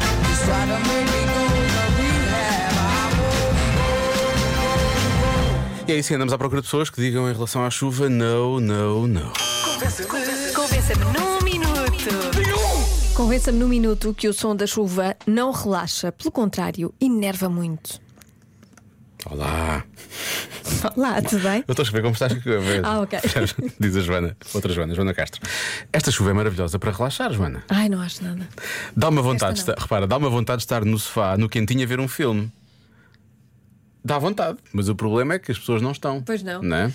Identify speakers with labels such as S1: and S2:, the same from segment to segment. S1: gotta make me go to rehab. I won't
S2: E é isso, andamos à procura de pessoas que digam em relação à chuva: não, não, não.
S3: Convença-me num minuto.
S4: Convença-me num minuto que o som da chuva não relaxa, pelo contrário, enerva muito.
S2: Olá.
S4: Lá, tudo bem?
S2: Eu estou a escrever como estás.
S4: Ah, ok.
S2: Diz a Joana, outra Joana, Joana Castro. Esta chuva é maravilhosa para relaxar, Joana.
S4: Ai, não acho nada.
S2: Dá uma vontade de
S4: Esta não.
S2: estar, repara, dá uma vontade de estar no sofá, no quentinho, a ver um filme. Dá vontade, mas o problema é que as pessoas não estão.
S4: Pois não.
S2: Né?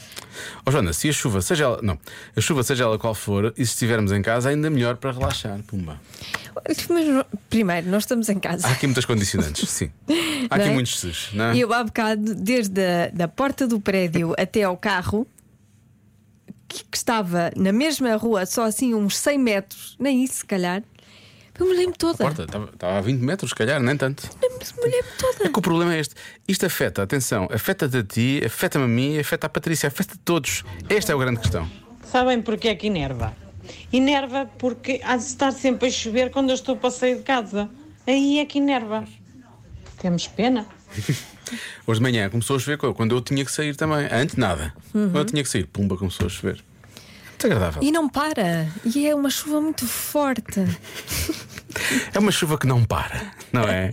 S2: Ó, Joana, se a chuva, seja ela, não, a chuva, seja ela qual for, e se estivermos em casa, é ainda melhor para relaxar. Pumba.
S4: Mas primeiro, nós estamos em casa.
S2: Há aqui muitas condicionantes, sim. Há
S4: Não
S2: aqui
S4: é?
S2: muitos sus, não é?
S4: Eu há bocado, desde a da porta do prédio até ao carro, que, que estava na mesma rua, só assim uns 100 metros, nem isso se calhar, eu me lembro toda.
S2: Porta, estava estava a 20 metros, se calhar, nem tanto.
S4: Lembro- Me lembro
S2: É
S4: toda.
S2: que o problema é este. Isto afeta, atenção, afeta-te a ti, afeta-me a mim, afeta a Patrícia, afeta a todos. Esta é a grande questão.
S5: Sabem porque é que enerva? Enerva porque há de estar sempre a chover quando eu estou para sair de casa. Aí é que enerva. Temos pena.
S2: Hoje de manhã começou a chover quando eu tinha que sair também. Antes nada. Quando eu tinha que sair, pumba, começou a chover. Desagradável.
S4: Uhum. E não para. E é uma chuva muito forte.
S2: É uma chuva que não para, não é?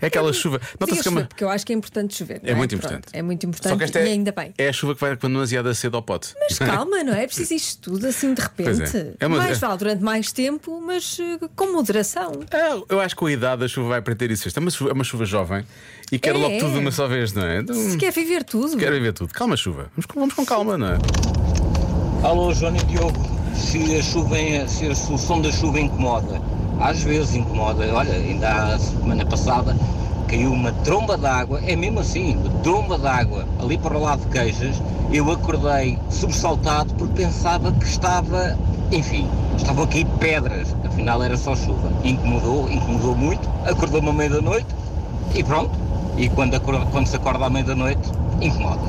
S2: É aquela chuva.
S4: Diga
S2: Nota-se que é
S4: chover,
S2: uma.
S4: Porque eu acho que é importante chover. não
S2: É muito
S4: Pronto,
S2: importante.
S4: é muito
S2: Só que
S4: importante
S2: esta é,
S4: e ainda bem.
S2: É a chuva que vai com demasiada cedo ao pote.
S4: Mas calma, não é? É Preciso isto tudo assim de
S2: Pois é.
S4: repente.
S2: É uma-
S4: Mais vale durante mais tempo, mas eh, com moderação.
S2: Ah, Eu acho que com a idade a chuva vai aprender isso. Esta é uma chuva, é uma chuva jovem e quer
S4: É,
S2: logo tudo de
S4: é.
S2: uma só vez, não é? Então,
S4: Se quer viver tudo.
S2: Quero ver tudo. Calma, chuva. Vamos com, vamos com calma, não é?
S6: Alô, Joana e Diogo. Se a chuva, se a- se o som da chuva incomoda, às vezes incomoda. Olha, ainda a semana passada caiu uma tromba d'água, é mesmo assim, uma tromba d'água, ali para o lado de Queijas. Eu acordei sobressaltado porque pensava que estava, enfim, estavam aqui pedras, afinal era só chuva. Incomodou, incomodou muito, acordou-me à meia-noite e pronto. E quando, acor- quando se acorda à meia-noite, incomoda.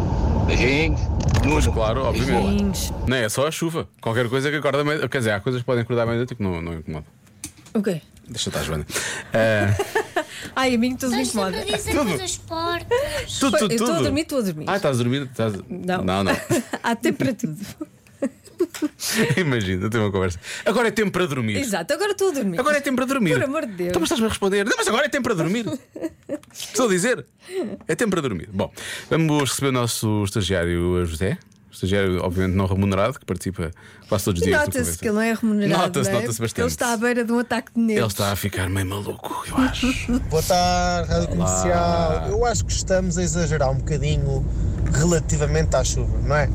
S6: Beijinhos.
S2: Pois
S6: Nuno,
S2: claro, obviamente.
S6: Lisboa.
S4: Beijinhos.
S2: Não é só a chuva. Qualquer coisa que acorda. meio- Quer dizer, há coisas que podem acordar meio noite que não, não incomoda.
S4: O quê?
S2: Deixa eu estar, Joana. Eh,
S4: Ai, a mim tudo me
S7: Estás
S4: incomoda.
S7: sempre a dizer
S2: Tudo.
S7: coisas fortes.
S2: Tudo,
S4: Eu estou a dormir, estou a dormir.
S2: Ah, estás a dormir? Estás...
S4: Não.
S2: não. não.
S4: Há tempo para tudo.
S2: Imagina, tem uma conversa. Agora é tempo para dormir.
S4: Exato, agora estou a dormir.
S2: Agora é tempo para dormir.
S4: Por amor de Deus.
S2: Então, mas estás-me a responder. Não, mas agora é tempo para dormir. Estou a dizer. É tempo para dormir. Bom, vamos receber o nosso estagiário José. Estagiário, obviamente, não remunerado, que participa quase todos os
S4: E
S2: dias. do
S4: Nota-se
S2: Conversa.
S4: que ele não é remunerado.
S2: Nota-se,
S4: não é?
S2: nota-se
S4: Porque
S2: bastante.
S4: Ele está à beira de um ataque de
S2: Ele
S4: nervos.
S2: está a ficar meio maluco, eu acho.
S8: Boa tarde, Rádio Comercial. Eu acho que estamos a exagerar um bocadinho relativamente à chuva, não é?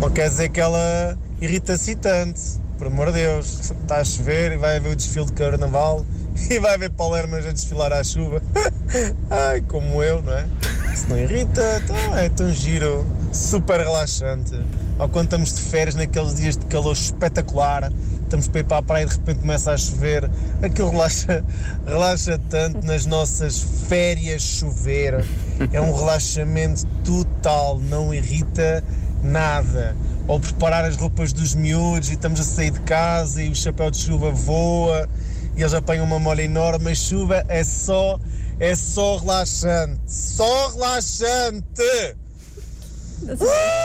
S8: Não quer dizer que ela irrita-se tanto, por amor de Deus. Está a chover e vai haver o desfile de carnaval e vai haver palermas a desfilar à chuva. Ai, como eu, não é? Se não irrita, então é tão giro, super relaxante. Ou quando estamos de férias naqueles dias de calor espetacular, estamos para ir para a praia e de repente começa a chover, aquilo relaxa, relaxa tanto nas nossas férias chover. É um relaxamento total, não irrita nada. Ou preparar as roupas dos miúdos e estamos a sair de casa e o chapéu de chuva voa e eles apanham uma molha enorme. A chuva é só, é só relaxante. Só relaxante!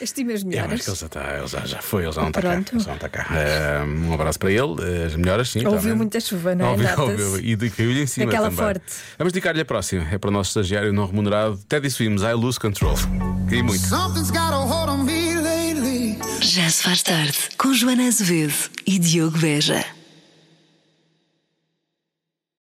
S4: Estima as
S2: É, Eu
S4: melhoras.
S2: acho que ele já, está, ele já, já foi, ele já não está cá.
S4: Pronto.
S2: Ele já não está cá. Eh, um abraço para ele, as melhoras, sim.
S4: Ouviu
S2: claramente.
S4: muita chuva, não é?
S2: tá Ouviu,
S4: Nota-se.
S2: ouviu. E de- caiu-lhe em cima
S4: Aquela
S2: também.
S4: forte.
S2: Vamos dedicar-lhe a próxima. É para o nosso estagiário não remunerado. Até disso vimos, I Lose Control. Queria muito.
S1: Something's got a hold on me lately.
S3: Já se faz tarde com Joana Azevedo e Diogo Veja.